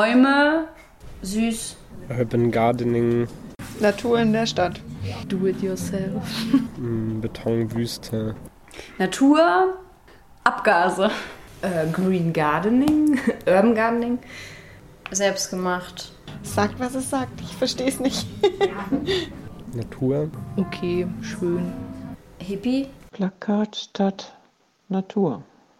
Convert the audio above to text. Bäume, süß. Urban Gardening, Natur in der Stadt. Do it yourself. mh, Betonwüste. Natur, Abgase. Äh, Green Gardening, Urban Gardening. Selbstgemacht. Sagt, was es sagt. Ich verstehe es nicht. Natur, Okay, schön. Hippie. Plakat statt Natur.